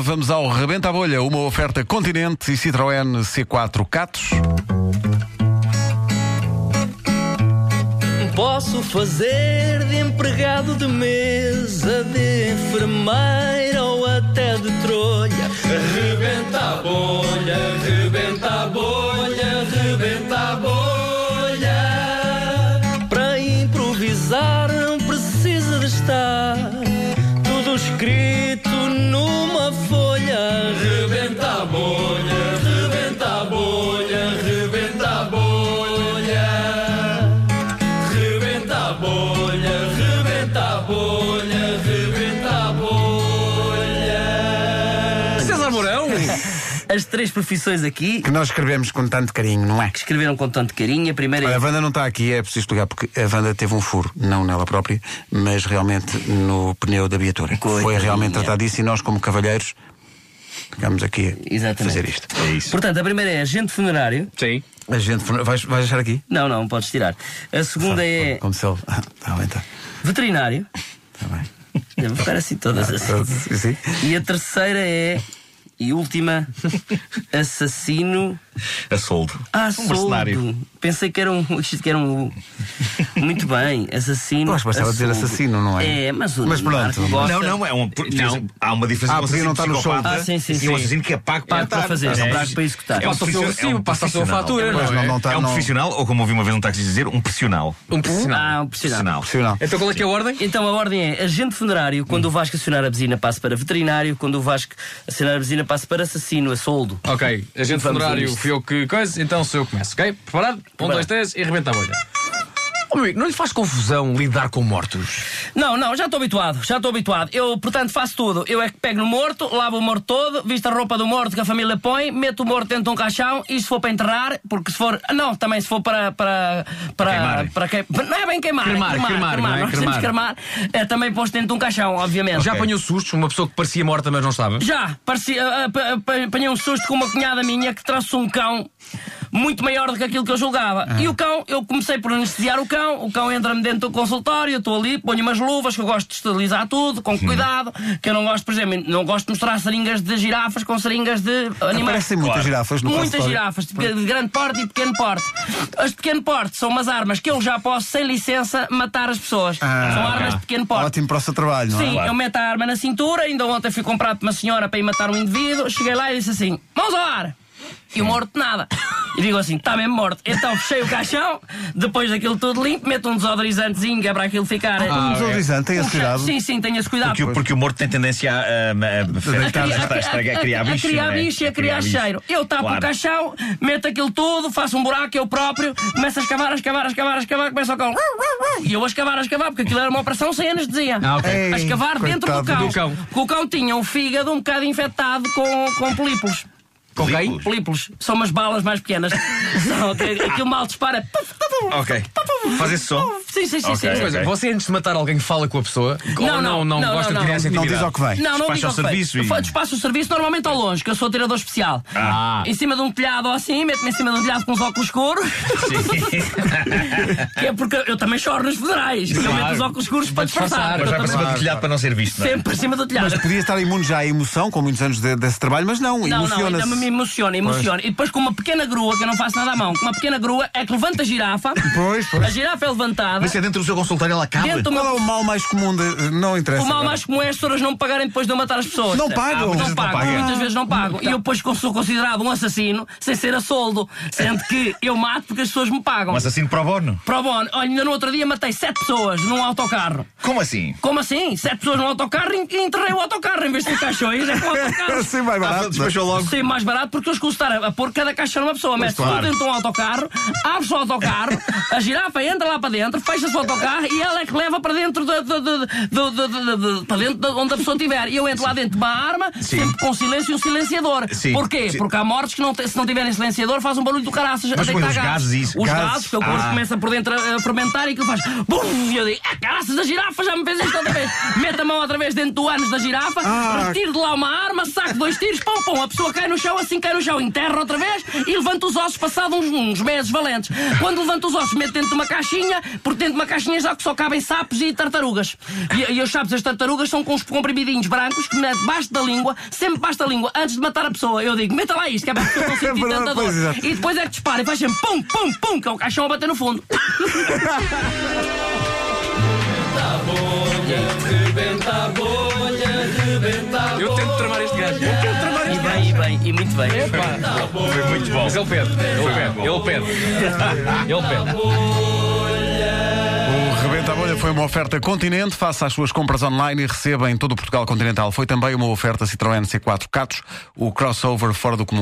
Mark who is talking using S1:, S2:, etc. S1: vamos ao Rebenta a Bolha, uma oferta Continente e Citroën C4 Catos.
S2: Posso fazer de empregado de mesa, de enfermeira ou até de trolha.
S3: Rebenta a bolha, rebenta a bolha, rebenta a bolha.
S2: Para improvisar não precisa de estar tudo escrito numa folha.
S3: Rebenta a bolha, rebenta a bolha, rebenta a bolha. Rebenta a bolha, rebenta a bolha, rebenta a bolha.
S1: César Mourão!
S2: As três profissões aqui
S1: Que nós escrevemos com tanto carinho, não é?
S2: que escreveram com tanto carinho, a primeira
S1: Olha,
S2: é
S1: a Wanda não está aqui, é preciso explicar, porque a Wanda teve um furo, não nela própria, mas realmente no pneu da viatura. Foi
S2: Coitadinha.
S1: realmente tratar disso e nós, como cavalheiros, ficamos aqui a
S2: Exatamente.
S1: fazer isto.
S2: Portanto, a primeira é agente funerário.
S3: Sim.
S1: A gente, vais, vais deixar aqui?
S2: Não, não, podes tirar. A segunda é
S1: Como se ele. Ah, Está bem, está.
S2: veterinário.
S1: Está bem.
S2: Eu vou ficar assim todas assim.
S1: Sim.
S2: E a terceira é. E última, assassino
S3: Assoldo.
S2: a Um soldo. Pensei que era um. Isto que era um. Muito bem, assassino.
S1: Eu acho que bastava
S2: a
S1: dizer
S2: soldo.
S1: assassino, não é?
S2: É, mas o
S1: Mas
S2: Marco
S1: pronto.
S2: gosta-
S4: Não, não, é um.
S3: Não.
S4: Há uma diferença
S1: Ah,
S4: entre
S1: porque
S4: um
S1: não está no show.
S4: psicopata
S2: Ah, sim, sim,
S4: E um
S2: sim.
S4: assassino que é pago
S2: Pago para
S4: matar.
S2: fazer,
S4: É,
S2: pago para executar.
S4: É um
S2: Passa
S5: o seu
S4: profissional-
S5: recibo,
S4: é um
S5: passa a sua
S4: profissional.
S5: fatura.
S1: Mas não, não está.
S4: É um
S1: não-
S4: profissional, ou como ouvi uma vez um taxista dizer, um profissional.
S5: Um profissional.
S2: Ah, um profissional.
S4: Profissional.
S1: Profissional.
S5: Então qual é que é a ordem?
S2: Então a ordem é agente funerário, quando o Vasco acionar a buzina passo para veterinário, quando o Vasco acionar a buzina passo para assassino, a soldo.
S5: Ok, agente
S2: Vamos a
S5: funerário
S2: isto.
S5: fui eu que coisa, então sou eu que começo, ok? Preparado? Um, dois, três e rebenta a bolha. Oh, meu amigo, não lhe faz confusão lidar com mortos?
S2: Não, não, já estou habituado, já estou habituado. Eu, portanto, faço tudo. Eu é que pego no morto, lavo o morto todo, visto a roupa do morto que a família põe, meto o morto dentro de um caixão e se for para enterrar, porque se for. ah, Não, também se for para. para. para.
S4: Queimar.
S2: para que, não é bem queimar,
S5: Cremar,
S2: é queimar,
S5: cremar, não é?
S2: Nós temos que cremar.
S5: Cremar.
S2: É também posto dentro de um caixão, obviamente.
S5: Já apanhou sustos? Uma pessoa que parecia morta, mas não estava?
S2: Já, parecia, ah, pa- pa- apanhei um susto com uma cunhada minha que trouxe um cão muito maior do que aquilo que eu julgava.
S1: Ah.
S2: E o cão, eu comecei por anestesiar o cão, o cão entra-me dentro do consultório, eu estou ali, ponho umas luvas, que eu gosto de esterilizar tudo,
S1: Uhum.
S2: com cuidado, que eu não gosto, por exemplo, não gosto de mostrar seringas de girafas com seringas de animais.
S1: Aparecem muitas
S4: Claro.
S1: girafas no
S2: Muitas
S1: consultório.
S2: girafas, de de grande porte e pequeno porte. As de pequeno porte são umas armas que eu já posso, sem licença, matar as pessoas.
S1: Ah,
S2: são armas de pequeno porte.
S1: Ótimo para o seu trabalho, não é?
S2: Sim, eu meto a arma na cintura. Ainda ontem fui comprar uma senhora para ir matar um indivíduo. Cheguei lá e disse assim: mãos ao ar! E o morto nada. E digo assim: está mesmo morto. Então fechei o caixão, depois daquilo tudo limpo, meto um desodorizantezinho que é para aquilo ficar.
S1: Um desodorizante, tenha
S2: Um
S1: esse cuidado.
S2: Sim, sim, tenha-se cuidado.
S4: Porque, o- porque o morto tem tendência a, um, a, a, a- a- a- a criar bicho.
S2: a criar
S4: não é?
S2: bicho e a criar
S4: bicho.
S2: cheiro. Eu tapo
S4: Claro.
S2: o caixão, meto aquilo tudo, faço um buraco eu próprio, começo a escavar, a escavar, a escavar, a escavar, começo a cão. E eu a escavar, a escavar, porque aquilo era uma operação sem anestesia.
S5: Ah, ok.
S1: Ei,
S2: a escavar dentro do
S1: coitado
S2: cão.
S5: do cão.
S2: Porque o cão tinha um fígado um bocado infectado com, com polípulos.
S5: Com quem?
S4: Polípulos.
S2: Polípulos. São umas balas mais pequenas. São, aqu- aquilo mal dispara. Puf, puf, puf.
S4: Ok. Faz esse som.
S2: Sim, sim, sim.
S4: Ok,
S2: sim.
S4: ok.
S5: Pois é, você antes de matar alguém fala com a pessoa? Ou
S2: Não, não,
S5: não, não,
S2: não,
S5: gosta
S2: não,
S5: de
S2: não.
S5: criar essa
S1: Não diz
S5: intimidade?
S1: ao que vem.
S2: Não, não
S4: É Despacha
S2: digo
S4: ao
S2: que foi.
S4: serviço e-
S2: Fa- Despacho o serviço normalmente ao longe, que eu sou tirador especial.
S5: Ah.
S2: Em cima de um telhado ou assim, meto-me em cima de um telhado com uns óculos escuros. que é porque eu também choro nos federais. Eu meto os óculos escuros para
S5: Para
S2: disfarçar.
S5: disfarçar.
S2: Eu
S4: Mas vai para
S2: também-
S4: cima do telhado para não ser visto, não é?
S2: Sempre para cima do telhado.
S1: Podia estar imune já à emoção, com muitos anos de- desse trabalho, mas não,
S2: Não, não, ainda
S1: emociona-se.
S2: me emociona, emociona. E depois com uma pequena grua, que eu não faço nada à mão, com uma pequena grua é que levanta a girafa.
S1: Pois, pois.
S2: A girafa é levantada.
S4: Mas se é dentro do seu consultório ela cabe.
S2: Dentro do
S1: Qual é
S2: meu
S1: o mal mais comum de. eh, Não interessa.
S2: O mal
S1: agora.
S2: mais comum é as pessoas não pagarem depois de eu matar as pessoas.
S1: Não pagam?
S2: Ah, não
S1: Não
S2: pagam,
S4: pagam.
S2: muitas vezes não pagam. E eu depois sou considerado um assassino sem ser a soldo, sendo que eu mato porque as pessoas me pagam.
S4: Um assassino pro bono.
S2: Pro bono, olha, ainda no outro dia matei sete pessoas num autocarro.
S4: Como assim?
S2: Como assim? Sete pessoas num autocarro e enterrei o autocarro em vez de em caixões. É com o autocarro.
S1: Assim vai barato.
S4: Ah, Despachou logo.
S2: Sim, mais barato porque eles custar a, a pôr cada caixa numa pessoa. Mete tudo
S4: claro.
S2: dentro de um autocarro, abre-se o autocarro, a girafa entra lá para dentro, fecha-se o autocarro e ela é que leva para dentro de, de- de- de- de- de- de- de- para dentro de onde a pessoa estiver. E eu entro lá dentro de uma arma,
S4: Sim.
S2: sempre com silêncio e um silenciador.
S4: Sim.
S2: Porquê?
S4: Sim.
S2: Porque há mortes que não te- se não tiverem silenciador faz um barulho do caraças. a
S4: Mas
S2: deitar
S4: os gases e isso?
S2: Os gases,
S4: Gases.
S2: que é o corpo
S4: Ah.
S2: começa por dentro a, a fermentar e que faz. Bum! E eu digo, ah, caraças, a girafa já me fez isto outra vez. Mete a mão outra vez dentro do ânus da girafa,
S1: Ah,
S2: retiro de lá uma arma, saco dois tiros, pão, pão, a pessoa cai no chão, assim cai no chão, enterra outra vez e levanta os ossos passado uns, uns meses valentes. Quando levanta os ossos, mete dentro de uma caixinha, por dentro de uma caixinha já que só cabem sapos e tartarugas. E, e os sapos e as tartarugas são com uns comprimidinhos brancos que na- debaixo da língua, sempre debaixo da língua, antes de matar a pessoa, eu digo, meta lá isto, que é para a pessoa não sentir
S6: Verdade,
S2: tanta dor.
S6: pois, exato.
S2: E depois é que dispara e faz sempre pum, pum, pum, que é o caixão a bater no fundo.
S7: Rebenta a bolha, rebenta a
S5: Eu
S7: bolha.
S5: tento tramar este gajo.
S2: E bem, e bem, e muito bem.
S8: Foi muito bom.
S5: Mas ele pede, ele pede, ele pede. Ele pede.
S1: O Rebenta a Bolha foi uma oferta Continente. Faça as suas compras online e receba em todo o Portugal continental. Foi também uma oferta Citroën C4 Catos, o crossover fora do comum.